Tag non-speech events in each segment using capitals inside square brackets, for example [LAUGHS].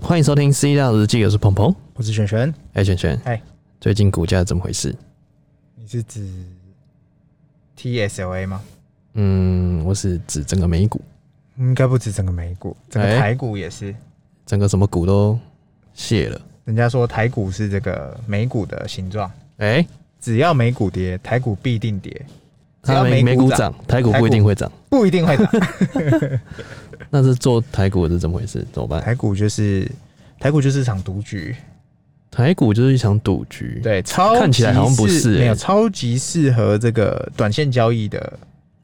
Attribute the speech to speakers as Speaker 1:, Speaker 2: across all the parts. Speaker 1: 欢迎收听《C 大日记》，我是鹏鹏。
Speaker 2: 我是璇璇，
Speaker 1: 哎，璇璇，
Speaker 2: 嗨，
Speaker 1: 最近股价怎么回事？
Speaker 2: 你是指 TSLA 吗？
Speaker 1: 嗯，我是指整个美股，
Speaker 2: 应该不止整个美股，整
Speaker 1: 哎
Speaker 2: 个台股也是。
Speaker 1: 整个什么股都卸了。
Speaker 2: 人家说台股是这个美股的形状，
Speaker 1: 哎，
Speaker 2: 只要美股跌，台股必定跌，只
Speaker 1: 它
Speaker 2: 要
Speaker 1: 美
Speaker 2: 美
Speaker 1: 美
Speaker 2: 股
Speaker 1: 股
Speaker 2: 涨
Speaker 1: 涨，台股不一定会涨。
Speaker 2: 不一定会涨。
Speaker 1: [LAUGHS] 那是做台股是怎么回事？怎么办？
Speaker 2: 台股就是台股就是场赌局，
Speaker 1: 台股就是一场赌局。，
Speaker 2: 对，超级
Speaker 1: 看起来好像不是哎
Speaker 2: 没有超级适合这个短线交易的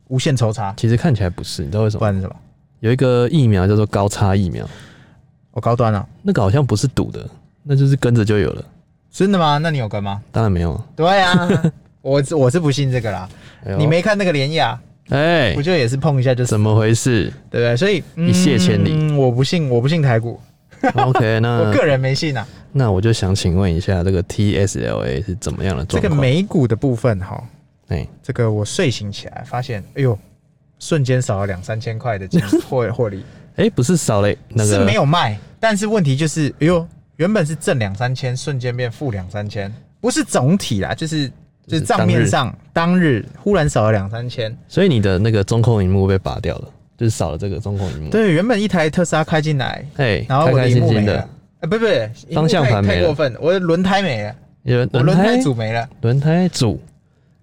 Speaker 2: 无限抽查，
Speaker 1: 其实看起来不是，你知道为什
Speaker 2: 不
Speaker 1: 么？
Speaker 2: 然是什么？
Speaker 1: 有一个疫苗叫做高差疫苗，
Speaker 2: 我高端啊，
Speaker 1: 那个好像不是赌的，那就是跟着就有了。
Speaker 2: 真的吗？那你有跟吗？
Speaker 1: 当然没有啊。
Speaker 2: 对
Speaker 1: [LAUGHS]
Speaker 2: 啊，我是我是不信这个啦。
Speaker 1: 哎呦
Speaker 2: 你没看那个联雅，
Speaker 1: 哎
Speaker 2: 不，就也是碰一下就死
Speaker 1: 怎么回事
Speaker 2: 对不对？所以
Speaker 1: 一泻千里嗯
Speaker 2: 嗯我不信，我不信台股，
Speaker 1: ？OK，
Speaker 2: [LAUGHS] 我
Speaker 1: 那
Speaker 2: 个人没信啊。
Speaker 1: 那我就想请问一下，这个 TSLA 是怎么样的
Speaker 2: 这
Speaker 1: 状
Speaker 2: 个
Speaker 1: 况？
Speaker 2: 美股的部分哈，
Speaker 1: 哎，
Speaker 2: 这个我睡醒起来发现，哎呦，瞬间少了两三千块
Speaker 1: [LAUGHS]
Speaker 2: 的金获获利，
Speaker 1: 哎、不是少了那个
Speaker 2: 是没有卖，但是问题就是，哎呦，原本是挣两三千，瞬间变负两三千，不是总体啦，就是
Speaker 1: 就
Speaker 2: 就是是账
Speaker 1: 当日嗯
Speaker 2: 面上当日忽然少了两三千。
Speaker 1: 所以你的那个中控荧幕被拔掉了，就是少了这个中控荧幕。，
Speaker 2: 对，原本一台特斯拉开进来，
Speaker 1: 哎、
Speaker 2: 然后
Speaker 1: 开
Speaker 2: 我
Speaker 1: 开
Speaker 2: 的荧
Speaker 1: 心
Speaker 2: 幕
Speaker 1: 心
Speaker 2: 没了
Speaker 1: 的，，
Speaker 2: 呃，不不，荧幕
Speaker 1: 方向
Speaker 2: 太
Speaker 1: 盘没
Speaker 2: 太
Speaker 1: 了
Speaker 2: 过分，我的轮胎没了，
Speaker 1: 因为
Speaker 2: 我
Speaker 1: 轮
Speaker 2: 轮胎
Speaker 1: 胎
Speaker 2: 组没了。
Speaker 1: 轮胎组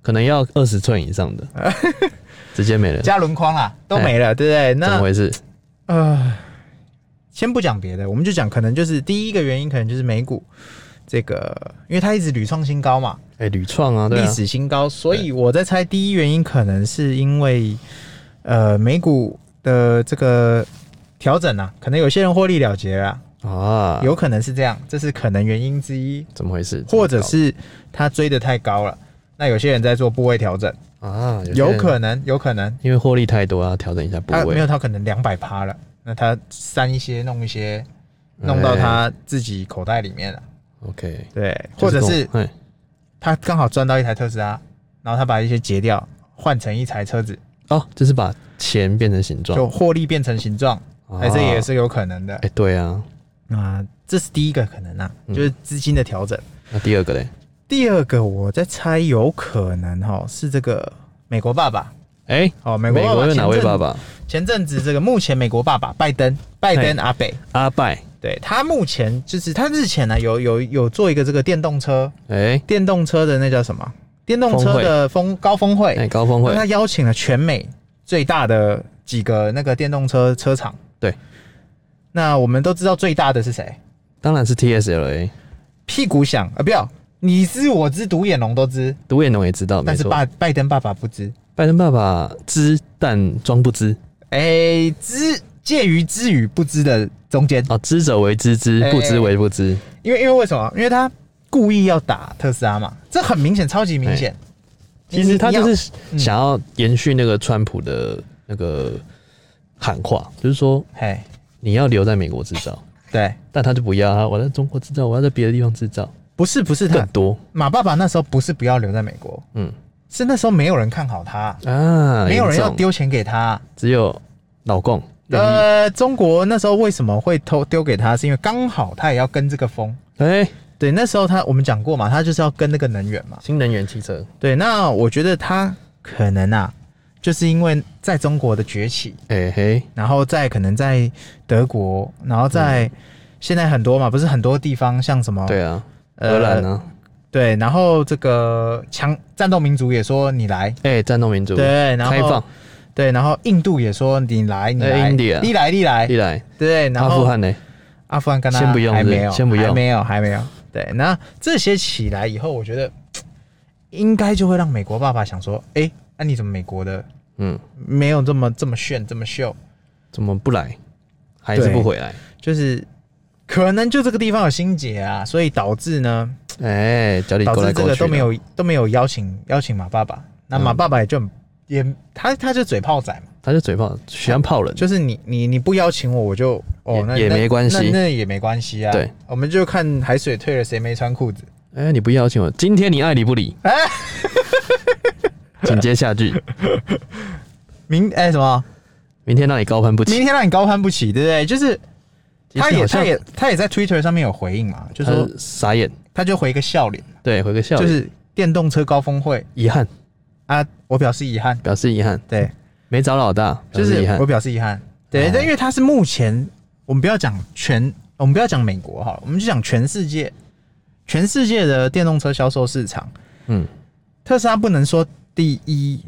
Speaker 1: 可能要二十寸以
Speaker 2: [LAUGHS]
Speaker 1: 上的，直接没了，
Speaker 2: 加轮框啦，都没了，对不对？
Speaker 1: 哎怎么
Speaker 2: 那
Speaker 1: 回事？
Speaker 2: 呃，先不讲别的，我们就讲可能就是第一个原因，可能就是美股这个，因为它一直屡创新高嘛，
Speaker 1: 哎、屡创啊，对
Speaker 2: 历、
Speaker 1: 啊，
Speaker 2: 史新高，所以我在猜第一原因可能是因为呃美股的这个调整啊，可能有些人获利了结了啊、
Speaker 1: 啊，
Speaker 2: 有可能是这样，这是可能原因之一，
Speaker 1: 怎么回事？
Speaker 2: 或者
Speaker 1: 怎么
Speaker 2: 是它追的太高了，那有些人在做部位调整，
Speaker 1: 搞的啊，些
Speaker 2: 有
Speaker 1: 人
Speaker 2: 可能，有可能。
Speaker 1: 因为获利太多啊，调整一下部
Speaker 2: 他没
Speaker 1: 位
Speaker 2: 有，，他可能两百趴了，那他删一些，弄一些，弄到他自己口袋里面了。
Speaker 1: OK，
Speaker 2: 对，或者
Speaker 1: 就是
Speaker 2: 是
Speaker 1: 跟我哎
Speaker 2: 他刚好赚到一台特斯拉，然后他把一些截掉，换成一台车子，
Speaker 1: 哦，就是把钱变成形状，
Speaker 2: 就获利变成形状，哎，这也
Speaker 1: 啊
Speaker 2: 是有可能的
Speaker 1: 哎、。对啊。
Speaker 2: 啊，这是第一个可能啊，
Speaker 1: 嗯
Speaker 2: 就是资金的调整。
Speaker 1: 那第二个嘞？
Speaker 2: 第二个，我在猜有可能哈是这个美国爸爸
Speaker 1: 哎、
Speaker 2: 哦，美国
Speaker 1: 美
Speaker 2: 爸
Speaker 1: 国
Speaker 2: 爸
Speaker 1: 有
Speaker 2: 前
Speaker 1: 哪
Speaker 2: 阵
Speaker 1: 位爸？爸？
Speaker 2: 前阵子这个目前美国爸爸拜登，拜登阿北。
Speaker 1: 阿拜，
Speaker 2: 对他目前就是他日前呢、有有有做一个这个电动车
Speaker 1: 哎、
Speaker 2: 电动车的那叫什么电动
Speaker 1: 峰
Speaker 2: 车
Speaker 1: 会
Speaker 2: 的峰高峰会，
Speaker 1: 哎、高峰会
Speaker 2: 那，他邀请了全美最大的几个那个电动车车厂。
Speaker 1: 对，
Speaker 2: 那我们都知道最大的是谁？
Speaker 1: 当然是 TSLA，
Speaker 2: 屁股响啊！不要，你知我知，独眼龙都知，
Speaker 1: 独眼龙也知道，没
Speaker 2: 但是
Speaker 1: 错。
Speaker 2: 拜拜登爸爸不知。
Speaker 1: 拜登爸爸知但装不知
Speaker 2: 哎、知介于知与不知的中间，
Speaker 1: 啊，知者为知之，
Speaker 2: 哎
Speaker 1: 不知为不知。
Speaker 2: 因为因为为什么？因为他故意要打特斯拉嘛，这很明显，超级明显。
Speaker 1: 哎其实他
Speaker 2: 你你要嗯
Speaker 1: 就是想要延续那个川普的那个喊话，就是说
Speaker 2: 嘿，
Speaker 1: 你要留在美国制
Speaker 2: [LAUGHS]
Speaker 1: 造，
Speaker 2: 对，
Speaker 1: 但他就不要啊，我在中国制造，我要在别的地方制造
Speaker 2: 不是不是
Speaker 1: 更
Speaker 2: 他
Speaker 1: 多。
Speaker 2: 马爸爸那时候不是不要留在美国，
Speaker 1: 嗯
Speaker 2: 是那时候没有人看好他，
Speaker 1: 啊，
Speaker 2: 没有人
Speaker 1: 严
Speaker 2: 要
Speaker 1: 重，
Speaker 2: 丢钱给他。
Speaker 1: 只有老共。哎、
Speaker 2: 呃，中国那时候为什么会偷丢给他？是因为刚好他也要跟这个风。
Speaker 1: 哎
Speaker 2: 对，那时候他我们讲过嘛，他就是要跟那个能源嘛。
Speaker 1: 新能源汽车，
Speaker 2: 对，那我觉得他可能啊，就是因为在中国的崛起，
Speaker 1: 哎、嘿，
Speaker 2: 然后在可能在德国，然后在现在很多嘛，不是很多地方像什
Speaker 1: 嗯
Speaker 2: 么
Speaker 1: 对啊，
Speaker 2: 呃
Speaker 1: 荷兰啊，
Speaker 2: 对，然后这个强战斗民族也说你来，
Speaker 1: 哎、战斗民族，
Speaker 2: 对，然后
Speaker 1: 开放，
Speaker 2: 对，然后印度也说你来，你
Speaker 1: 哎
Speaker 2: 来，
Speaker 1: India
Speaker 2: 你来，你来，
Speaker 1: 一来
Speaker 2: 对，哎然
Speaker 1: 阿富
Speaker 2: 后
Speaker 1: 汗呢？
Speaker 2: 阿富汗跟他
Speaker 1: 先不用
Speaker 2: 还
Speaker 1: 是不是
Speaker 2: 没有，
Speaker 1: 先不用
Speaker 2: 还没有，还没有。对，那这些起来以后，我觉得嘖应该就会让美国爸爸想说，哎，那、你怎么美国的
Speaker 1: 嗯，
Speaker 2: 没有这么这么炫，这么秀？
Speaker 1: 怎么不来，还是不回来？
Speaker 2: 就是可能就这个地方有心结啊，所以导致呢，
Speaker 1: 哎、脚底
Speaker 2: 导
Speaker 1: 勾来
Speaker 2: 致这
Speaker 1: 勾
Speaker 2: 个
Speaker 1: 去的，嗯
Speaker 2: 都没有都没有邀请邀请马爸爸，那马爸爸也就很、也他他就嘴炮仔嘛。
Speaker 1: 他就嘴炮，喜欢泡人，
Speaker 2: 就是你你你不邀请我，我就
Speaker 1: 也
Speaker 2: 哦，那
Speaker 1: 也
Speaker 2: 那
Speaker 1: 没关系
Speaker 2: 那那也没关系啊。
Speaker 1: 对，
Speaker 2: 我们就看海水退了，谁没穿裤子。
Speaker 1: 哎、你不邀请我，今天你爱理不理。
Speaker 2: [LAUGHS] 哎
Speaker 1: 紧接下句，
Speaker 2: 明哎、什么？
Speaker 1: [LAUGHS] 明天让你高攀不起。
Speaker 2: 明天让你高攀不起，对不对？就是
Speaker 1: 其实
Speaker 2: 他也
Speaker 1: 好像
Speaker 2: 他也他也在 Twitter 上面有回应嘛，就
Speaker 1: 他
Speaker 2: 说
Speaker 1: 傻眼，
Speaker 2: 他就回一个笑脸，
Speaker 1: 对，回个笑脸，
Speaker 2: 就是电动车高峰会
Speaker 1: 遗憾，
Speaker 2: 啊，我表示遗憾，
Speaker 1: 表示遗憾，
Speaker 2: 对，
Speaker 1: 没找老大，
Speaker 2: 就
Speaker 1: 表示
Speaker 2: 是
Speaker 1: 遗憾
Speaker 2: 我，表示遗憾，对，
Speaker 1: 哦
Speaker 2: 但因为他是目前我们不要讲全，我们不要讲美国好了，我们就讲全世界，全世界的电动车销售市场，
Speaker 1: 嗯，
Speaker 2: 特斯拉不能说第一，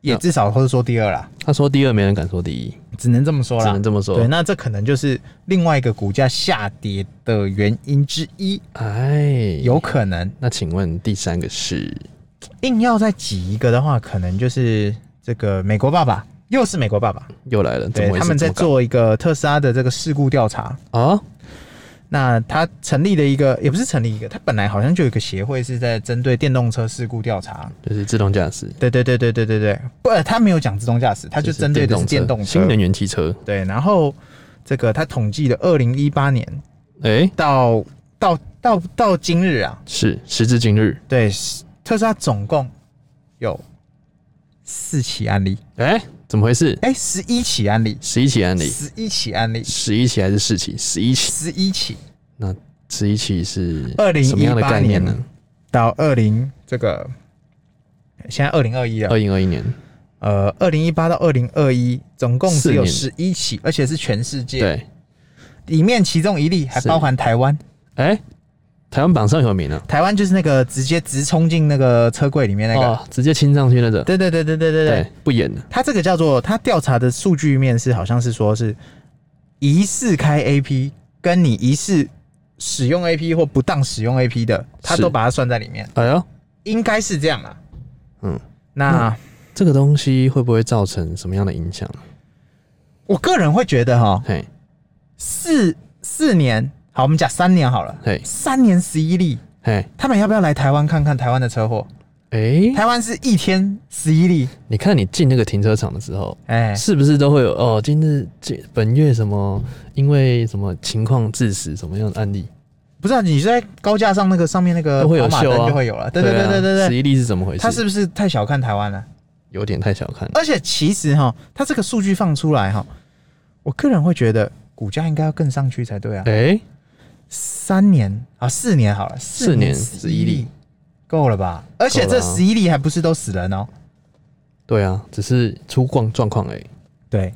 Speaker 2: 也
Speaker 1: 那
Speaker 2: 至少或者说第二啦，
Speaker 1: 他说第二，没人敢说第一，
Speaker 2: 只能这么说
Speaker 1: 只
Speaker 2: 啦
Speaker 1: 能。这么说
Speaker 2: 对，。那这可能就是另外一个股价下跌的原因之一，
Speaker 1: 哎，
Speaker 2: 有可能
Speaker 1: 那请问第三个是
Speaker 2: 硬要再挤一个的话，可能就是这个美国爸爸，又是美国爸爸，
Speaker 1: 又来了，怎
Speaker 2: 对
Speaker 1: 么，回事
Speaker 2: 他们在
Speaker 1: 这么
Speaker 2: 做一个特斯拉的这个事故调查。
Speaker 1: 搞啊？
Speaker 2: 那他成立的一个，也不是成立一个，他本来好像就有一个协会是在针对电动车事故调查。
Speaker 1: 就是自动驾驶，
Speaker 2: 对对对对对对对，不，他没有讲自动驾驶，他
Speaker 1: 它
Speaker 2: 就针对的是电动车
Speaker 1: 新。能源汽车。
Speaker 2: 对，然后这个他统计了二零一八年
Speaker 1: 哎，
Speaker 2: 到到到到今日啊，
Speaker 1: 是时至今日，
Speaker 2: 对，是特斯拉总共有四起案例，
Speaker 1: 哎，怎么回事？
Speaker 2: 哎、十一起案例，
Speaker 1: 十一起案例，
Speaker 2: 十一起案例，
Speaker 1: 十一起还是四起？十一起，
Speaker 2: 十一起
Speaker 1: 那十一起是
Speaker 2: 2018
Speaker 1: 什么样的概念呢？
Speaker 2: 到二零这个，现在二零二一了
Speaker 1: 二，零二一年，
Speaker 2: 呃，二零一八到二零二一，总共只有
Speaker 1: 四
Speaker 2: 十一起，而且是全世界，
Speaker 1: 对，
Speaker 2: 里面其中一例还
Speaker 1: 是
Speaker 2: 包含台湾，
Speaker 1: 哎，台湾榜上有名啊，
Speaker 2: 台湾就是那个直接直冲进那个车柜里面那个，
Speaker 1: 哦，直接亲上去那种，
Speaker 2: 对对对对对对对，
Speaker 1: 对，不演了，
Speaker 2: 他这个叫做他调查的数据面是好像是说是疑似开 AP 跟你疑似使用 AP 或不当使用 AP 的，他
Speaker 1: 是
Speaker 2: 都把它算在里面，
Speaker 1: 哎呦，
Speaker 2: 应该是这样啦。
Speaker 1: 嗯，
Speaker 2: 那、
Speaker 1: 这个东西会不会造成什么样的影响？
Speaker 2: 我个人会觉得哈，
Speaker 1: 嘿，
Speaker 2: 四四年，好，我们讲三年好了，
Speaker 1: 嘿，
Speaker 2: 三年十一例，
Speaker 1: 嘿，
Speaker 2: 他们要不要来台湾看看台湾的车祸？
Speaker 1: 哎，
Speaker 2: 台湾是一天十一例，
Speaker 1: 你看你进那个停车场的时候，
Speaker 2: 哎、
Speaker 1: 是不是都会有哦？今日这本月什么，因为什么情况致死什么样的案例，
Speaker 2: 不是、啊、你在高架上那个上面那个
Speaker 1: 都会有
Speaker 2: 跑马
Speaker 1: 秀
Speaker 2: 灯
Speaker 1: 啊，
Speaker 2: 就会有了，对对对对对
Speaker 1: 十
Speaker 2: 对，
Speaker 1: 一例是怎么回事？
Speaker 2: 他是不呃是太小看台湾了？
Speaker 1: 有点太小看了，
Speaker 2: 而且其实哈，他这个数据放出来哈，我个人会觉得股价应该要更上去才对啊。
Speaker 1: 哎、
Speaker 2: 三年啊，四年好了，四
Speaker 1: 年
Speaker 2: 十
Speaker 1: 11
Speaker 2: 一
Speaker 1: 例
Speaker 2: 例，够了吧？而且
Speaker 1: 够
Speaker 2: 这
Speaker 1: 了啊
Speaker 2: 十一例还不是都死人哦。
Speaker 1: 对啊，只是出状状况而已。
Speaker 2: 对，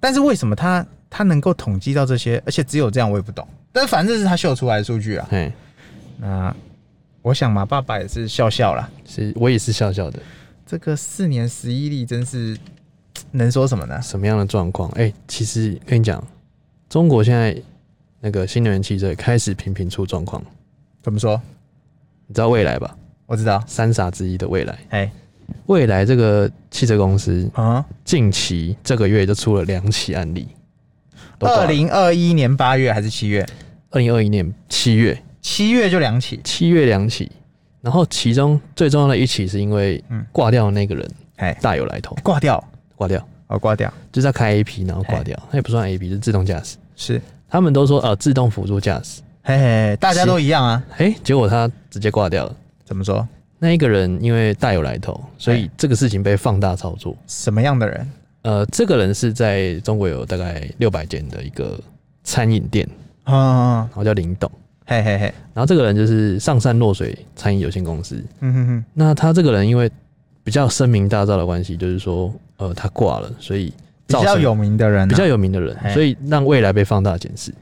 Speaker 2: 但是为什么他他能够统计到这些，而且只有这样，我也不懂。但反正这是他秀出来的数据啊。
Speaker 1: 嘿，
Speaker 2: 那我想嘛，爸爸也是笑笑啦。
Speaker 1: 是我也是笑笑的。
Speaker 2: 这个四年十一例真是能说什么呢？
Speaker 1: 什么样的状况？哎、其实跟你讲，中国现在那个新能源汽车也开始频频出状况，
Speaker 2: 怎么说？
Speaker 1: 你知道未来吧？
Speaker 2: 我知道。
Speaker 1: 三傻之一的未来，
Speaker 2: 哎
Speaker 1: 未来这个汽车公司
Speaker 2: 啊，
Speaker 1: 近期这个月就出了两起案例，都挂
Speaker 2: 二
Speaker 1: 了
Speaker 2: 零二一年八月还是七月？
Speaker 1: 二零二一年七月，
Speaker 2: 七月就两起。
Speaker 1: 七月两起，然后其中最重要的一起是因为
Speaker 2: 嗯
Speaker 1: 挂掉的那个人
Speaker 2: 哎，
Speaker 1: 大有来头，
Speaker 2: 挂掉，
Speaker 1: 挂掉
Speaker 2: 哦，挂掉，
Speaker 1: 就是他开 A P 然后挂掉，那也不算 A P 是自动驾驶，
Speaker 2: 是，
Speaker 1: 他们都说呃自动辅助驾驶，
Speaker 2: 嘿嘿，大家都一样啊。
Speaker 1: 哎、结果他直接挂掉了。
Speaker 2: 怎么说？
Speaker 1: 那一个人因为大有来头，所以这个事情被放大操作。
Speaker 2: 什么样的人？
Speaker 1: 呃，这个人是在中国有大概六百间的一个餐饮店，
Speaker 2: 啊，
Speaker 1: 然后叫林董。
Speaker 2: 嘿嘿嘿，
Speaker 1: 然后这个人就是上善若水餐饮有限公司。
Speaker 2: 嗯哼哼，
Speaker 1: 那他这个人因为比较声名大噪的关系，就是说，呃，他挂了，所以
Speaker 2: 比
Speaker 1: 造
Speaker 2: 较
Speaker 1: 成
Speaker 2: 有名的人啊，
Speaker 1: 比较有名的
Speaker 2: 嘿
Speaker 1: 人，所以让未来被放大检视。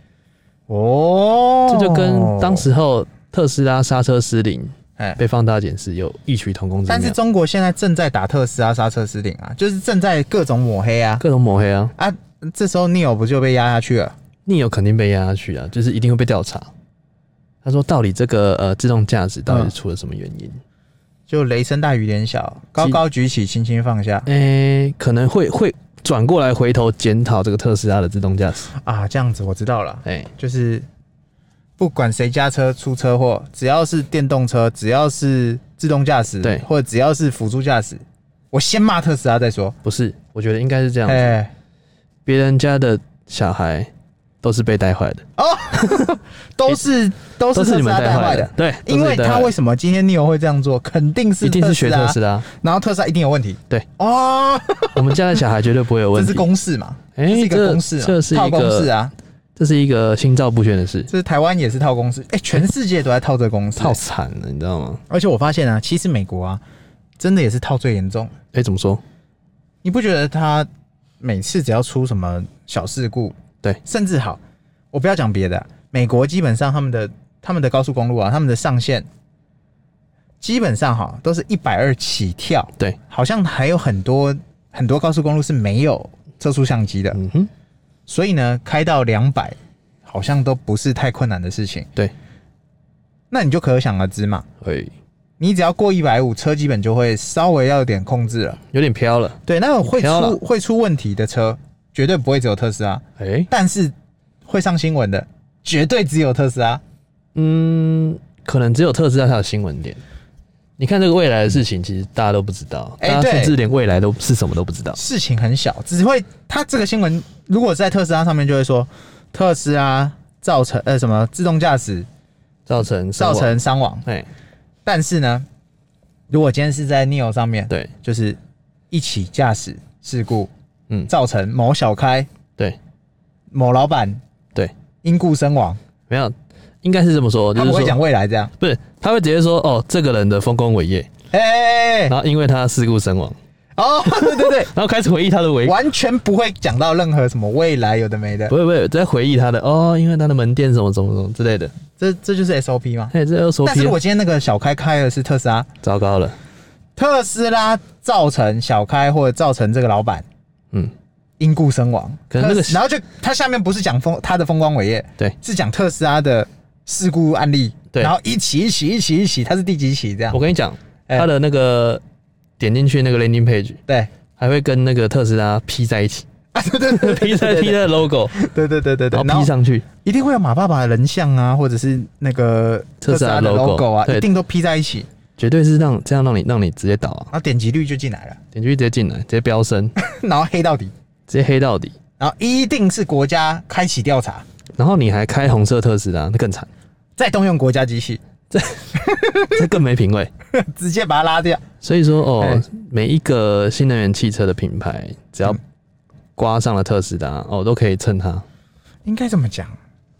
Speaker 2: 哦，
Speaker 1: 这就跟当时候特斯拉刹车失灵
Speaker 2: 哎，
Speaker 1: 被放大检视有异曲同工之
Speaker 2: 但是
Speaker 1: 妙，
Speaker 2: 中国现在正在打特斯拉刹车失灵啊，就是正在各种抹黑啊
Speaker 1: 各种抹黑啊。
Speaker 2: 啊！这时候 Neo 不就被压下去了？
Speaker 1: 逆友肯定被压下去啊，就是一定会被调查。他说：“到底这个呃自动驾驶到底是出了什么原因？
Speaker 2: 就雷声大雨点小，高高举起，轻轻放下
Speaker 1: 诶、可能会会转过来回头检讨这个特斯拉的自动驾驶。
Speaker 2: 啊！这样子我知道了，
Speaker 1: 诶、
Speaker 2: 就是不管谁家车出车祸，只要是电动车，只要是自动驾驶，
Speaker 1: 对
Speaker 2: 或者只要是辅助驾驶，我先骂特斯拉再说。
Speaker 1: 不是，我觉得应该是这样子。
Speaker 2: 哎，
Speaker 1: 别人家的小孩都是被带坏的，
Speaker 2: 都是都是
Speaker 1: 哎都
Speaker 2: 特
Speaker 1: 是
Speaker 2: 斯
Speaker 1: 你们
Speaker 2: 拉带
Speaker 1: 坏
Speaker 2: 坏
Speaker 1: 的
Speaker 2: 的。，
Speaker 1: 对，都是
Speaker 2: 因为
Speaker 1: 你带
Speaker 2: 他
Speaker 1: 坏的
Speaker 2: 为什么今天 Neo 会这样做，肯定是
Speaker 1: 一定是学特
Speaker 2: 特
Speaker 1: 斯
Speaker 2: 拉， [LAUGHS]
Speaker 1: 拉，
Speaker 2: 然后特斯拉一定有问题。
Speaker 1: 对，
Speaker 2: 哦，
Speaker 1: 我们家的小孩绝对不会有
Speaker 2: 这
Speaker 1: 问
Speaker 2: 是
Speaker 1: 题。
Speaker 2: 公式嘛？
Speaker 1: 哎
Speaker 2: 这是一个
Speaker 1: 这
Speaker 2: 公式嘛，啊
Speaker 1: 这是一
Speaker 2: 套公
Speaker 1: 个
Speaker 2: 式啊。
Speaker 1: 这是一个心照不宣的事，
Speaker 2: 这是台湾也是套公司，哎、全世界都在套这个公司、
Speaker 1: 套惨了，你知道吗？
Speaker 2: 而且我发现啊，其实美国啊，真的也是套最严重。
Speaker 1: 哎、怎么说？
Speaker 2: 你不觉得他每次只要出什么小事故，
Speaker 1: 对，
Speaker 2: 甚至好，我不要讲别的啊、美国基本上他们的他们的高速公路啊，他们的上限基本上哈都是一百二起跳，
Speaker 1: 对，
Speaker 2: 好像还有很多很多高速公路是没有测速相机的，
Speaker 1: 嗯哼，
Speaker 2: 所以呢，开到两百好像都不是太困难的事情。
Speaker 1: 对，
Speaker 2: 那你就可想而知嘛，
Speaker 1: 哎、
Speaker 2: 你只要过一百五，车基本就会稍微要有点控制了。
Speaker 1: 有点飘了，
Speaker 2: 对，那种会
Speaker 1: 飘了
Speaker 2: 出会出问题的车，绝对不会只有特斯拉，
Speaker 1: 哎、
Speaker 2: 但是会上新闻的，绝对只有特斯拉。
Speaker 1: 嗯，可能只有特斯拉才有新闻点。你看这个未来的事情，其实大家都不知道，
Speaker 2: 哎
Speaker 1: 大家甚
Speaker 2: 对
Speaker 1: 至连未来都是什么都不知道。
Speaker 2: 事情很小，只会它这个新闻如果在特斯拉上面，就会说特斯拉造成呃什么自动驾驶
Speaker 1: 造成
Speaker 2: 造成伤亡，
Speaker 1: 哎，
Speaker 2: 但是呢，如果今天是在 Neo 上面，
Speaker 1: 对
Speaker 2: 就是一起驾驶事故，
Speaker 1: 嗯
Speaker 2: 造成某小开
Speaker 1: 对
Speaker 2: 某老板
Speaker 1: 对，
Speaker 2: 因故身亡，
Speaker 1: 没有，应该是这么说，就
Speaker 2: 他
Speaker 1: 是
Speaker 2: 不会
Speaker 1: 说
Speaker 2: 讲未来这样，
Speaker 1: 不是，他会直接说哦，这个人的丰功伟业，
Speaker 2: 哎哎哎哎，
Speaker 1: 然后因为他事故身亡，
Speaker 2: [LAUGHS] 哦，对对对，
Speaker 1: 然后开始回忆他的伟，
Speaker 2: [LAUGHS] 完全不会讲到任何什么未来有的没的，
Speaker 1: 不是不是，在回忆他的哦，因为他的门店什么什么什么之类的，
Speaker 2: 这这就是 SOP 吗？
Speaker 1: 哎，这又说
Speaker 2: 但是
Speaker 1: 偏
Speaker 2: 如果今天那个小开开的是特斯拉，
Speaker 1: 糟糕了，
Speaker 2: 特斯拉造成小开或者造成这个老板
Speaker 1: 嗯，
Speaker 2: 因故身亡，
Speaker 1: 可能那个
Speaker 2: 特斯然后就他下面不是讲风他的风光伟业，
Speaker 1: 对
Speaker 2: 是讲特斯拉的事故案例，
Speaker 1: 对
Speaker 2: 然后一起一起一起一起，它是第几起这样
Speaker 1: 我？跟你讲，
Speaker 2: 哎
Speaker 1: 他的那个点进去那个 landing page
Speaker 2: 对
Speaker 1: 还会跟那个特斯拉 P 在一
Speaker 2: [LAUGHS]
Speaker 1: 起 [LAUGHS]
Speaker 2: 啊，对对对
Speaker 1: ，P 在 P 在 logo，
Speaker 2: 对对对对对，
Speaker 1: 然后 P
Speaker 2: 然后
Speaker 1: 上去，
Speaker 2: 一定会有马爸爸的人像啊，或者是那个
Speaker 1: 特斯拉
Speaker 2: 的
Speaker 1: logo
Speaker 2: logo 啊，
Speaker 1: 对
Speaker 2: 一定都 P 在一起，
Speaker 1: 绝对是让这样让你让你直接倒啊，
Speaker 2: 然后点击率就进来了，
Speaker 1: 点进去直接进来，直接飙升，
Speaker 2: 然后黑到底，
Speaker 1: 直接黑到底，
Speaker 2: 然后一定是国家开启调查，
Speaker 1: 然后你还开红色特斯拉，那更惨，
Speaker 2: 再动用国家机器，
Speaker 1: 这更没品味。
Speaker 2: 直接把它拉掉。
Speaker 1: 所以说哦
Speaker 2: 哎，嗯
Speaker 1: 每一个新能源汽车的品牌，只要刮上了特斯拉，哦，都可以蹭它。
Speaker 2: 应该这么讲，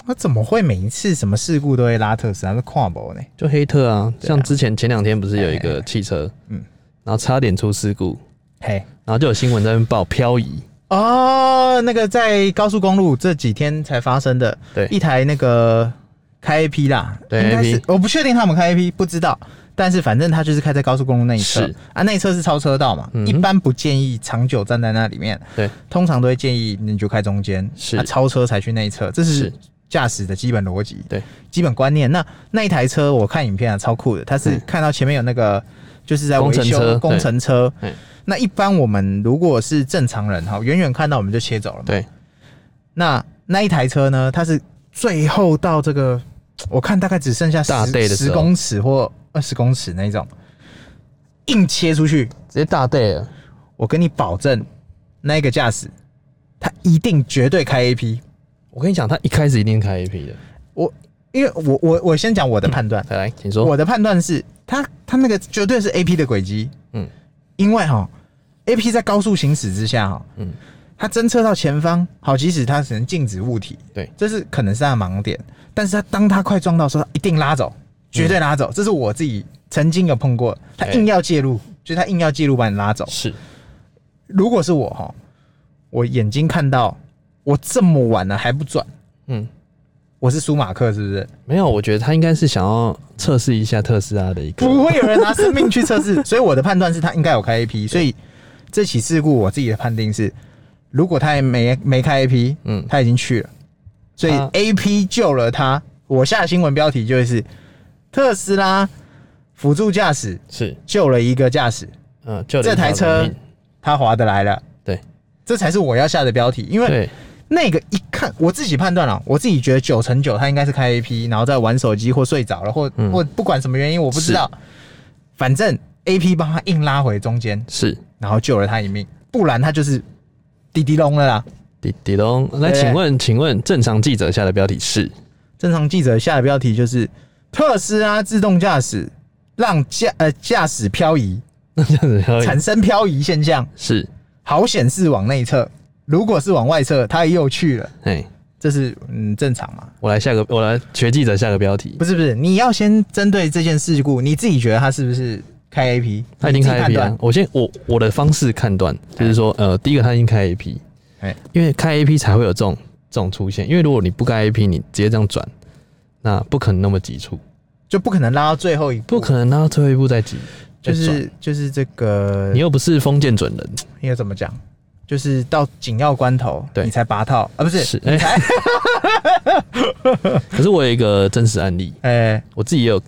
Speaker 2: 那怎么会每一次什么事故都会拉特斯拉？是跨博呢？
Speaker 1: 就黑特啊，
Speaker 2: 对啊
Speaker 1: 像之前前两天不是有一个汽车，
Speaker 2: 嗯
Speaker 1: 然后差点出事故，
Speaker 2: 嘿。
Speaker 1: 然后就有新闻在那边报漂移，
Speaker 2: 哦，那个在高速公路这几天才发生的，
Speaker 1: 对
Speaker 2: 一台那个开 AP 啦，
Speaker 1: 对
Speaker 2: 应该是
Speaker 1: AP
Speaker 2: 我不确定他们开 AP，不知道，但是反正他就是开在高速公路那一侧
Speaker 1: 是
Speaker 2: 啊，那一侧是超车道嘛，
Speaker 1: 嗯
Speaker 2: 一般不建议长久站在那里面，
Speaker 1: 对，
Speaker 2: 通常都会建议你就开中间，
Speaker 1: 是
Speaker 2: 啊、超车才去那一侧，这是
Speaker 1: 是
Speaker 2: 驾驶的基本逻辑，
Speaker 1: 对，
Speaker 2: 基本观念。那那一台车我看影片啊，超酷的，它是
Speaker 1: 嗯
Speaker 2: 看到前面有那个就是在维
Speaker 1: 工程车
Speaker 2: 修工程车
Speaker 1: 对嗯，
Speaker 2: 那一般我们如果是正常人哈，远远看到我们就切走了嘛。
Speaker 1: 对，
Speaker 2: 那那一台车呢，它是最后到这个，我看大概只剩下
Speaker 1: 大队
Speaker 2: 十
Speaker 1: 的时候
Speaker 2: 十公尺或二十公尺那一种，硬切出去。
Speaker 1: 直接大队了，
Speaker 2: 我跟你保证，那一个驾驶他一定绝对开 A P。
Speaker 1: 我跟你讲，他一开始一定开 A P 的。
Speaker 2: 我因为我我我先讲我的判断，
Speaker 1: 来，来请说。
Speaker 2: 我的判断是他他那个绝对是 A P 的轨迹，
Speaker 1: 嗯
Speaker 2: 因为哈 A P 在高速行驶之下哈，
Speaker 1: 嗯，
Speaker 2: 它侦测到前方，好，即使它只能静止物体，
Speaker 1: 对，
Speaker 2: 这是可能是它的盲点，但是它当它快撞到的时候，它一定拉
Speaker 1: 嗯
Speaker 2: 走，绝对拉走，这是我自己曾经有碰过，它
Speaker 1: 哎
Speaker 2: 硬要介入，就是它硬要介入把你拉走。
Speaker 1: 是
Speaker 2: 如果是我哈，我眼睛看到我这么晚了还不转，
Speaker 1: 嗯，
Speaker 2: 我是舒马克是不是？
Speaker 1: 没有，我觉得他应该是想要测试一下特斯拉的一个，
Speaker 2: 不会有人拿生命去测 [LAUGHS] 试，所以我的判断是他应该有开 AP，所以这起事故我自己的判定是，如果他也没没开 AP，
Speaker 1: 嗯
Speaker 2: 他已经去了，所以
Speaker 1: 他
Speaker 2: AP 救了他。我下新闻标题就是特斯拉辅助驾驶
Speaker 1: 是
Speaker 2: 救了一个驾驶，
Speaker 1: 嗯，就
Speaker 2: 这台车他划得来了，
Speaker 1: 对
Speaker 2: 这才是我要下的标题，因为
Speaker 1: 对
Speaker 2: 那个一看，我自己判断了，我自己觉得九成九他应该是开 A P，然后在玩手机或睡着了，或、
Speaker 1: 嗯
Speaker 2: 或不管什么原因，我不知道，反正 A P 帮他硬拉回中间，
Speaker 1: 是
Speaker 2: 然后救了他一命，不然他就是滴滴隆了啦。
Speaker 1: 迪迪龙。来，
Speaker 2: 对
Speaker 1: 请问，请问正常记者下的标题是
Speaker 2: 正常记者下的标题就是特斯拉自动驾驶让驾呃驾驶漂移，
Speaker 1: 那这样子而已
Speaker 2: 产生漂移现象，
Speaker 1: 是
Speaker 2: 好显示往内侧，如果是往外侧，他又去了。
Speaker 1: 哎，
Speaker 2: 这是嗯正常嘛？
Speaker 1: 我来下个，我来学记者下个标题
Speaker 2: 不，是不是，你要先针对这件事故，你自己觉得他是不是开 AP？
Speaker 1: 他已经开
Speaker 2: 你自己判
Speaker 1: AP
Speaker 2: 断
Speaker 1: 了。我先我我的方式判断就是说，呃，第一个他已经开 AP，
Speaker 2: 哎
Speaker 1: 因为开 AP 才会有这种这种出现，因为如果你不开 AP，你直接这样转，那不可能那么急促，
Speaker 2: 就不可能拉到最后一步，
Speaker 1: 不可能拉到最后一步再急，
Speaker 2: 就
Speaker 1: 再转
Speaker 2: 是就是这个
Speaker 1: 你又不是封建准人，
Speaker 2: 应该怎么讲？就是到紧要关头，
Speaker 1: 对
Speaker 2: 你才拔套啊，不是？
Speaker 1: 是哎， [LAUGHS] 可是我有一个真实案例，
Speaker 2: 哎、
Speaker 1: 我自己也有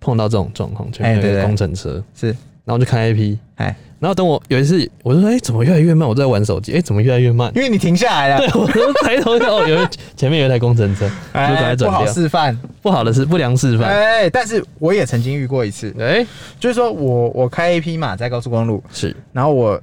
Speaker 1: 碰到这种状况，就是
Speaker 2: 哎
Speaker 1: 那
Speaker 2: 对
Speaker 1: 个
Speaker 2: 对
Speaker 1: 工程车，
Speaker 2: 是
Speaker 1: 然后就开 AP，
Speaker 2: 哎，
Speaker 1: 然后等我有一次，我就说，哎、怎么越来越慢？我在玩手机，哎、怎么越来越 [LAUGHS] 慢？
Speaker 2: 因为你停下来了
Speaker 1: 对，，我就抬头看，哦，有一前面有一台工程车，我就赶
Speaker 2: 哎，
Speaker 1: 快
Speaker 2: 不
Speaker 1: 转
Speaker 2: 好
Speaker 1: 掉。
Speaker 2: 示范。
Speaker 1: 不好的是不良示范，
Speaker 2: 哎，但是我也曾经遇过一次，
Speaker 1: 哎、
Speaker 2: 就是说我我开一匹马在高速公路，
Speaker 1: 是
Speaker 2: 然后我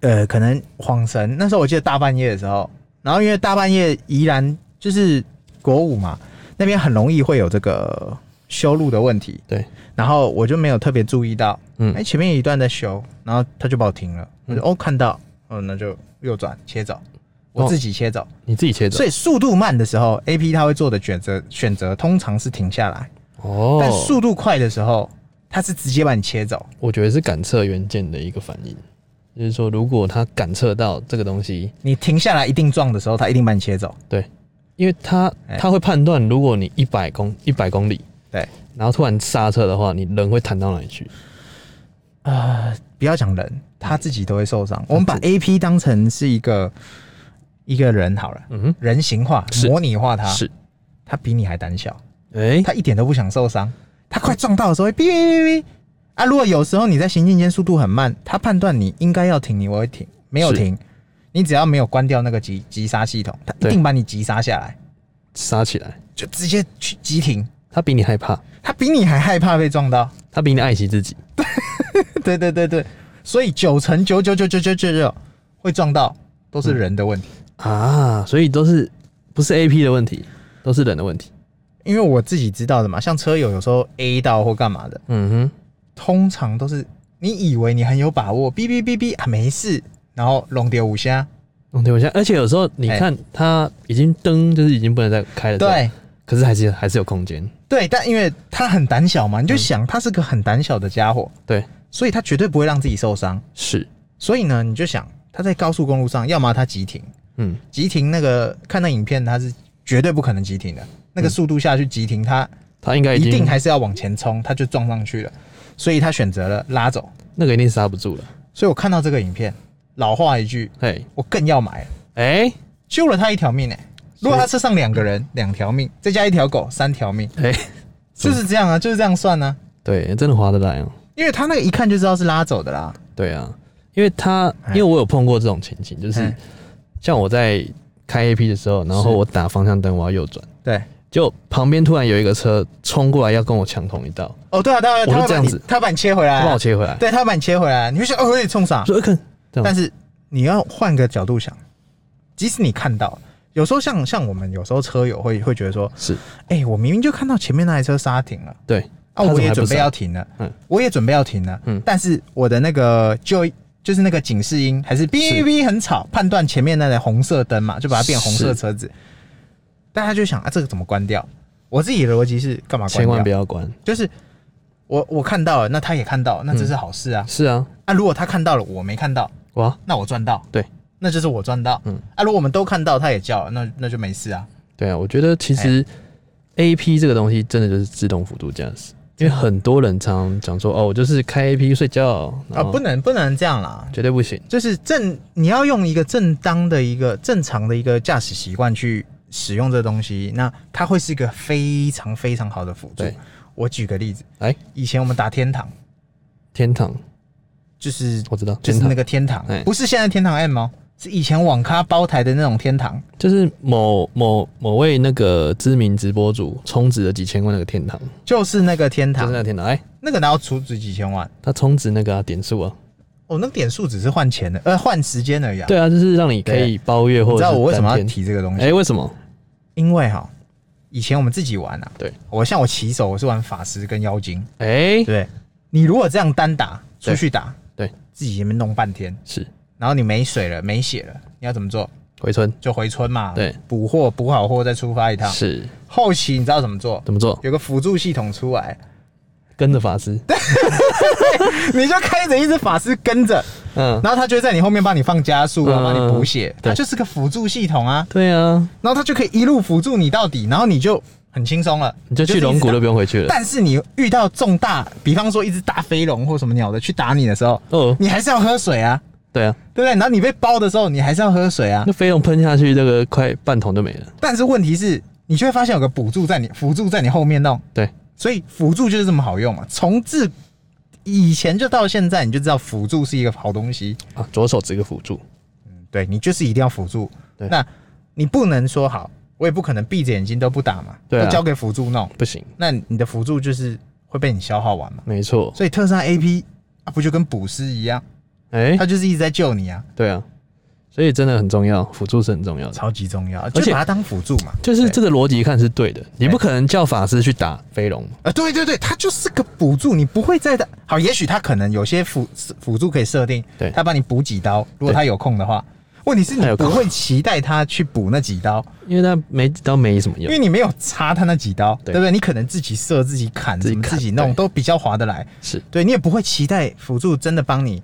Speaker 2: 呃可能晃神，那时候我记得大半夜的时候，然后因为大半夜宜兰就是国五嘛，那边很容易会有这个修路的问题，
Speaker 1: 对，
Speaker 2: 然后我就没有特别注意到，
Speaker 1: 嗯
Speaker 2: 哎、前面有一段在修，然后他就把我停了，我就、哦看到，哦那就右转切走，我
Speaker 1: 哦
Speaker 2: 自己切走，
Speaker 1: 你自己切走
Speaker 2: 所以速度慢的时候，A P 它会做的选择选择通常是停下来。但
Speaker 1: 哦。
Speaker 2: 速度快的时候，它是直接把你切走。
Speaker 1: 我觉得是感测元件的一个反应，就是说，如果它感测到这个东西，
Speaker 2: 你停下来一定撞的时候，它一定把你切走。
Speaker 1: 对，因为它
Speaker 2: 哎
Speaker 1: 它会判断，如果你一百公一百公里，
Speaker 2: 对，
Speaker 1: 然后突然刹车的话，你人会弹到哪里去？
Speaker 2: 呃，不要讲人，他自己都会受伤。我们把 A P 当成是一个一个人好了，
Speaker 1: 嗯
Speaker 2: 人形化、
Speaker 1: 是
Speaker 2: 模拟化他，
Speaker 1: 哼，是，
Speaker 2: 他比你还胆小，
Speaker 1: 哎、
Speaker 2: 他一点都不想受伤。他快撞到的时候会哔哔哔哔啊！如果有时候你在行进间速度很慢，他判断你应该要停，你我会停，没有
Speaker 1: 是
Speaker 2: 停，你只要没有关掉那个急急刹系统，他一
Speaker 1: 对
Speaker 2: 定把你急刹下来，
Speaker 1: 刹起来，
Speaker 2: 就直接去急停。
Speaker 1: 它比你害怕，
Speaker 2: 他比你还害怕被撞到。
Speaker 1: 它比你爱惜自己。
Speaker 2: 对对对对，所以九成九九九九九九九会撞到，都是人的问题。
Speaker 1: 啊，所以都是不是 A P 的问题，都是人的问题。
Speaker 2: 因为我自己知道的嘛，像车友有时候 A 到或干嘛的，
Speaker 1: 嗯
Speaker 2: 通常都是你以为你很有把握，哔哔哔哔啊没事，然后龙蝶五虾，
Speaker 1: 哼，哦，对，我现在，而且有时候你看它已经灯就是已经不能再开了，，
Speaker 2: 哎对
Speaker 1: 可是还是还是有空间，
Speaker 2: 对，但因为他很胆小嘛，你就想他是个很胆小的家伙，
Speaker 1: 对，
Speaker 2: 所以他绝对不会让自己受伤。
Speaker 1: 是，
Speaker 2: 所以呢，你就想他在高速公路上，要么他急停，
Speaker 1: 嗯，
Speaker 2: 急停那个看那影片，他是绝对不可能急停的，那个速度下去急停，他
Speaker 1: 它应该已
Speaker 2: 一
Speaker 1: 经
Speaker 2: 定还是要往前冲，他就撞上去了，所以他选择了拉走。
Speaker 1: 那个一定刹不住了，
Speaker 2: 所以我看到这个影片，老话一句，
Speaker 1: 嘿，
Speaker 2: 我更要买了，
Speaker 1: 哎、
Speaker 2: 救了他一条命哎、如果他车上两个人，两条命，再加一条狗，三条命，
Speaker 1: 哎、
Speaker 2: 就是这样啊，就是这样算啊。
Speaker 1: 对，真的划得来哦、
Speaker 2: 因为他那个一看就知道是拉走的啦，
Speaker 1: 对啊，因为它
Speaker 2: 哎
Speaker 1: 因为我有碰过这种情形，就是
Speaker 2: 哎
Speaker 1: 像我在开 A P 的时候，然后
Speaker 2: 是
Speaker 1: 我打方向灯，我要右转。
Speaker 2: 对，
Speaker 1: 就旁边突然有一个车冲过来要跟我抢同一道，
Speaker 2: 哦对啊，对啊，
Speaker 1: 我
Speaker 2: 他
Speaker 1: 就
Speaker 2: 会
Speaker 1: 这
Speaker 2: 把
Speaker 1: 样
Speaker 2: 你
Speaker 1: 子，
Speaker 2: 他会把你切回啊来
Speaker 1: 他把
Speaker 2: 啊
Speaker 1: 我，切回来，
Speaker 2: 对，他会把你切回来啊，你会想，哦，我也冲啥
Speaker 1: 我？说哎看，这样
Speaker 2: 但是你要换个角度想，即使你看到，有时候像像我们有时候车友会会觉得说，
Speaker 1: 是
Speaker 2: 哎、我明明就看到前面那台车刹停了。
Speaker 1: 对，
Speaker 2: 啊，
Speaker 1: 他怎
Speaker 2: 我
Speaker 1: 么
Speaker 2: 也
Speaker 1: 还不
Speaker 2: 准备
Speaker 1: 上
Speaker 2: 要停了，
Speaker 1: 嗯
Speaker 2: 我也准备要停了，
Speaker 1: 嗯
Speaker 2: 但是我的那个就就是那个警示音还是哔哔哔很吵，判断前面那台红色灯嘛，就把它变红色车子，大家就想啊，这个怎么关掉？我自己的逻辑是干嘛关掉？
Speaker 1: 千万不要关。
Speaker 2: 就是我我看到了，那他也看
Speaker 1: 嗯
Speaker 2: 到了，那这是好事啊、
Speaker 1: 是啊，
Speaker 2: 啊！如果他看到了，我没看到，
Speaker 1: 哇，
Speaker 2: 那我赚到，
Speaker 1: 对，
Speaker 2: 那就是我赚到，
Speaker 1: 嗯
Speaker 2: 啊！如果我们都看到，他也叫了，那那就没事啊，
Speaker 1: 对啊，我觉得其
Speaker 2: 哎
Speaker 1: 实 A P 这个东西真的就是自动辅助驾驶，因为很多人常常讲说哦，我就是开 A P 睡觉
Speaker 2: 啊，不，
Speaker 1: 然后
Speaker 2: 能不能这样啦，
Speaker 1: 绝对不行。
Speaker 2: 就是正你要用一个正当的一个正常的一个驾驶习惯去使用这东西，那它会是一个非常非常好的辅助
Speaker 1: 对。
Speaker 2: 我举个例子，
Speaker 1: 来，
Speaker 2: 以前我们打天堂，
Speaker 1: 天堂，
Speaker 2: 就是
Speaker 1: 我知道，
Speaker 2: 就
Speaker 1: 天
Speaker 2: 是
Speaker 1: 堂
Speaker 2: 那个天堂
Speaker 1: 哎，
Speaker 2: 不是现在天堂 M 哦，是以前网咖包台的那种天堂。
Speaker 1: 就是某某某位那个知名直播主充值了几千万那个天堂，就是
Speaker 2: 就是那个天堂
Speaker 1: 那，个天堂，哎，
Speaker 2: 那个哪有储值几千万？
Speaker 1: 他充值那个啊点数啊，
Speaker 2: 哦，那个点数只是换钱的，呃，换时间而已、啊。，
Speaker 1: 对啊，就是让你可以包月或
Speaker 2: 你
Speaker 1: 者
Speaker 2: 知
Speaker 1: 是
Speaker 2: 道我为什么
Speaker 1: 单
Speaker 2: 要
Speaker 1: 天？
Speaker 2: 提这个东西？
Speaker 1: 哎，为什么？
Speaker 2: 因为哈，以前我们自己玩啊，
Speaker 1: 对
Speaker 2: 我像我骑手，我是玩法师跟妖精，
Speaker 1: 哎，
Speaker 2: [LAUGHS] 对，你如果这样单打出去打，
Speaker 1: 对对
Speaker 2: 自己那边弄半天，
Speaker 1: 是
Speaker 2: 然后你没水了，没血了，你要怎么做？
Speaker 1: 回村
Speaker 2: 就回村嘛，
Speaker 1: 对，
Speaker 2: 补货补好货再出发一趟。
Speaker 1: 是
Speaker 2: 后期你知道怎么做？
Speaker 1: 怎么做？
Speaker 2: 有个辅助系统出来， [LAUGHS]
Speaker 1: 跟着法师，
Speaker 2: 你就开着一只法师跟着，
Speaker 1: 嗯，
Speaker 2: 然后他就会在你后面帮你放加速啊，
Speaker 1: 嗯
Speaker 2: 帮你补血，
Speaker 1: 对
Speaker 2: 它就是个辅助系统啊，
Speaker 1: 对啊，
Speaker 2: 然后他就可以一路辅助你到底，然后你就很轻松了，
Speaker 1: 你就去龙骨
Speaker 2: 了。
Speaker 1: 都不用回去了。
Speaker 2: 但是你遇到重大，比方说一只大飞龙或什么鸟的去打你的时候，
Speaker 1: 哦，
Speaker 2: 你还是要喝水啊，
Speaker 1: 对啊，
Speaker 2: 对不对？然后你被包的时候，你还是要喝水啊
Speaker 1: 那。飞龙喷下去，这个快半桶就没了。
Speaker 2: 但是问题是，你就会发现有个补助在你辅助在你后面弄，
Speaker 1: 对，
Speaker 2: 所以辅助就是这么好用嘛。从自以前就到现在，你就知道辅助是一个好东西。
Speaker 1: 啊，左手指个辅助，
Speaker 2: 对你就是一定要辅助。
Speaker 1: 对
Speaker 2: 那你不能说好，我也不可能闭着眼睛都不打嘛，
Speaker 1: 对啊
Speaker 2: 都交给辅助弄。
Speaker 1: 不行，
Speaker 2: 那你的辅助就是会被你消耗完嘛。
Speaker 1: 没错。
Speaker 2: 所以特斯拉 AP 啊，不就跟补师一样，
Speaker 1: 哎、
Speaker 2: 它就是一直在救你啊，
Speaker 1: 对啊，所以真的很重要，辅助是很重要的。
Speaker 2: 超级重要，
Speaker 1: 且
Speaker 2: 就把它当辅助嘛。
Speaker 1: 就是这个
Speaker 2: 对
Speaker 1: 逻辑看是对的，你不可能叫法师去打飞龙嘛。
Speaker 2: 啊，对对对，它就是个辅助，你不会再的。好，也许它可能有些辅辅助可以设定，
Speaker 1: 对
Speaker 2: 它帮你补几刀，如果
Speaker 1: 对
Speaker 2: 它有空的话。问题是
Speaker 1: 它
Speaker 2: 你
Speaker 1: 有空
Speaker 2: 不会期待它去补那几刀，
Speaker 1: 因为他没都没什么
Speaker 2: 因
Speaker 1: 用
Speaker 2: 为。你没有插它那几刀，
Speaker 1: 对
Speaker 2: 对不对？你可能自己射、自己砍、
Speaker 1: 自己
Speaker 2: 怎么
Speaker 1: 砍
Speaker 2: 自己弄
Speaker 1: 对
Speaker 2: 都比较划得来，
Speaker 1: 是
Speaker 2: 对你也不会期待辅助真的帮你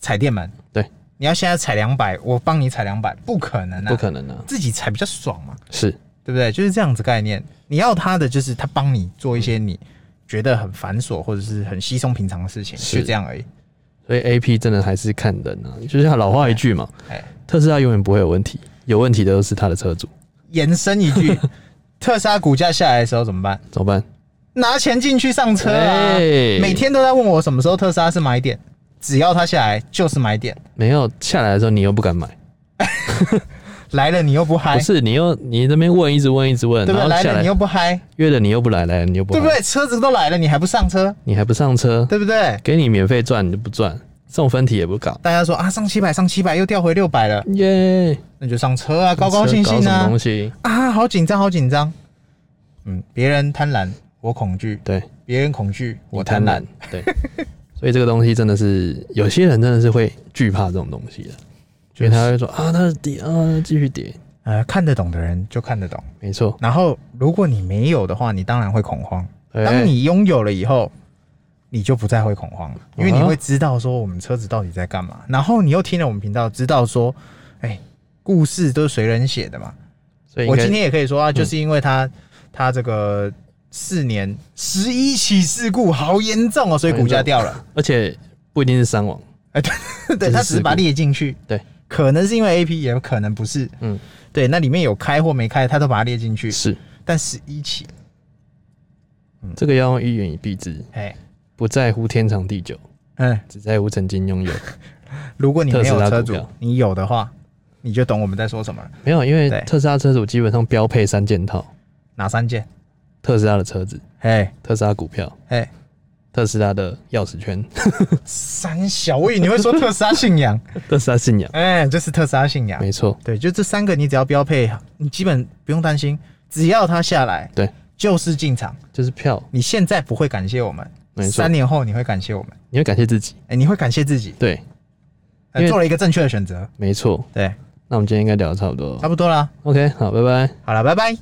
Speaker 2: 踩电门。
Speaker 1: 对，
Speaker 2: 你要现在踩两百，我帮你踩两百，不可能啊，
Speaker 1: 不可能啊，
Speaker 2: 自己踩比较爽嘛，
Speaker 1: 是
Speaker 2: 对不对？就是这样子概念。你要他的就是他帮你做一些你觉得很繁琐或者是很稀松平常的事情，
Speaker 1: 是
Speaker 2: 就这样而已。
Speaker 1: 所以 A P 真的还是看人啊，就是老话一句嘛，
Speaker 2: 哎，
Speaker 1: 特斯拉永远不会有问题，有问题的都是它的车主，
Speaker 2: 延伸一 [LAUGHS] 句，特斯拉股价下来的时候怎么办？
Speaker 1: 怎么办？
Speaker 2: 拿钱进去上车啊！
Speaker 1: 哎
Speaker 2: 每天都在问我什么时候特斯拉是买点，只要它下来就是买点，
Speaker 1: 没有下来的时候，你又不敢买，
Speaker 2: 来了你又不嗨
Speaker 1: 不，是你又你那边问，一直问，一直问，
Speaker 2: 对不
Speaker 1: 然后
Speaker 2: 对？来
Speaker 1: 下
Speaker 2: 了
Speaker 1: 来
Speaker 2: 你又不嗨，
Speaker 1: 约了你又不来，来了你又不
Speaker 2: 对
Speaker 1: 来
Speaker 2: 不对？车子都来了你还不上车，
Speaker 1: 你还不上车，
Speaker 2: 对不对？
Speaker 1: 给你免费赚你就不赚，送分题也不搞，
Speaker 2: 大家说啊，上七百上七百又掉回六百了，
Speaker 1: 耶，
Speaker 2: 那你就上车啊，高高兴
Speaker 1: 搞
Speaker 2: 兴
Speaker 1: 什么
Speaker 2: 啊
Speaker 1: 东西？
Speaker 2: 啊，好紧张好紧张。嗯，别人贪婪我恐惧，
Speaker 1: 对，
Speaker 2: 别人恐惧我
Speaker 1: 我
Speaker 2: 贪
Speaker 1: 贪
Speaker 2: 婪
Speaker 1: 婪，，对，所以这个东西真的是有些人真的是会惧怕这种东西的，所以他会说啊，它跌啊，继续跌，
Speaker 2: 呃，看得懂的人就看得懂。
Speaker 1: 没错，
Speaker 2: 然后如果你没有的话，你当然会恐慌。
Speaker 1: 哎
Speaker 2: 当你拥有了以后，你就不再会恐慌了，因为你
Speaker 1: 啊
Speaker 2: 会知道说我们车子到底在干嘛，然后你又听了我们频道，知道说，哎、故事都是随人写的嘛。
Speaker 1: 所以应
Speaker 2: 我
Speaker 1: 该
Speaker 2: 今天也可以说啊，就是因为他、他这个四年十一起事故好严重哦，所以股价掉了。
Speaker 1: 而且不一定是伤亡，
Speaker 2: 哎、对 [LAUGHS] 对，他只是把它列进去，
Speaker 1: 对，
Speaker 2: 可能是因为 A P，也可能不是，
Speaker 1: 嗯，
Speaker 2: 对，那里面有开或没开，他都把它列进去，
Speaker 1: 是
Speaker 2: 但十一起，嗯
Speaker 1: 这个要用一言以蔽之，
Speaker 2: 哎、
Speaker 1: 不在乎天长地久，
Speaker 2: 嗯。
Speaker 1: 只在乎曾经拥有。
Speaker 2: 如果你没有车
Speaker 1: 特斯
Speaker 2: 主
Speaker 1: 拉股票，
Speaker 2: 你有的话，你就懂我们在说什么了。
Speaker 1: 没有，因为
Speaker 2: 对
Speaker 1: 特斯拉车主基本上标配三件套：
Speaker 2: 哪三件？
Speaker 1: 特斯拉的车子、
Speaker 2: 哎
Speaker 1: 特斯拉股票、
Speaker 2: 哎，
Speaker 1: 特斯拉的钥匙圈、 [LAUGHS]
Speaker 2: 三小我以为你会说特斯拉信仰， [LAUGHS]
Speaker 1: 特斯拉信仰。
Speaker 2: 哎，这是特斯拉信仰。
Speaker 1: 没错，
Speaker 2: 对，就这三个，你只要标配，你基本不用担心，只要它下来，
Speaker 1: 对，
Speaker 2: 就是进场。
Speaker 1: 就是票。
Speaker 2: 你现在不会感谢我们，
Speaker 1: 没错
Speaker 2: 三年后你会感谢我们，
Speaker 1: 你会感谢自己。
Speaker 2: 哎，你会感谢自己，
Speaker 1: 对，
Speaker 2: 哎
Speaker 1: 因为
Speaker 2: 做了一个正确的选择。
Speaker 1: 没错。
Speaker 2: 对，
Speaker 1: 那我们今天应该聊得差不多
Speaker 2: 差不多啦，
Speaker 1: ，OK，好，拜拜。
Speaker 2: 好了，拜拜。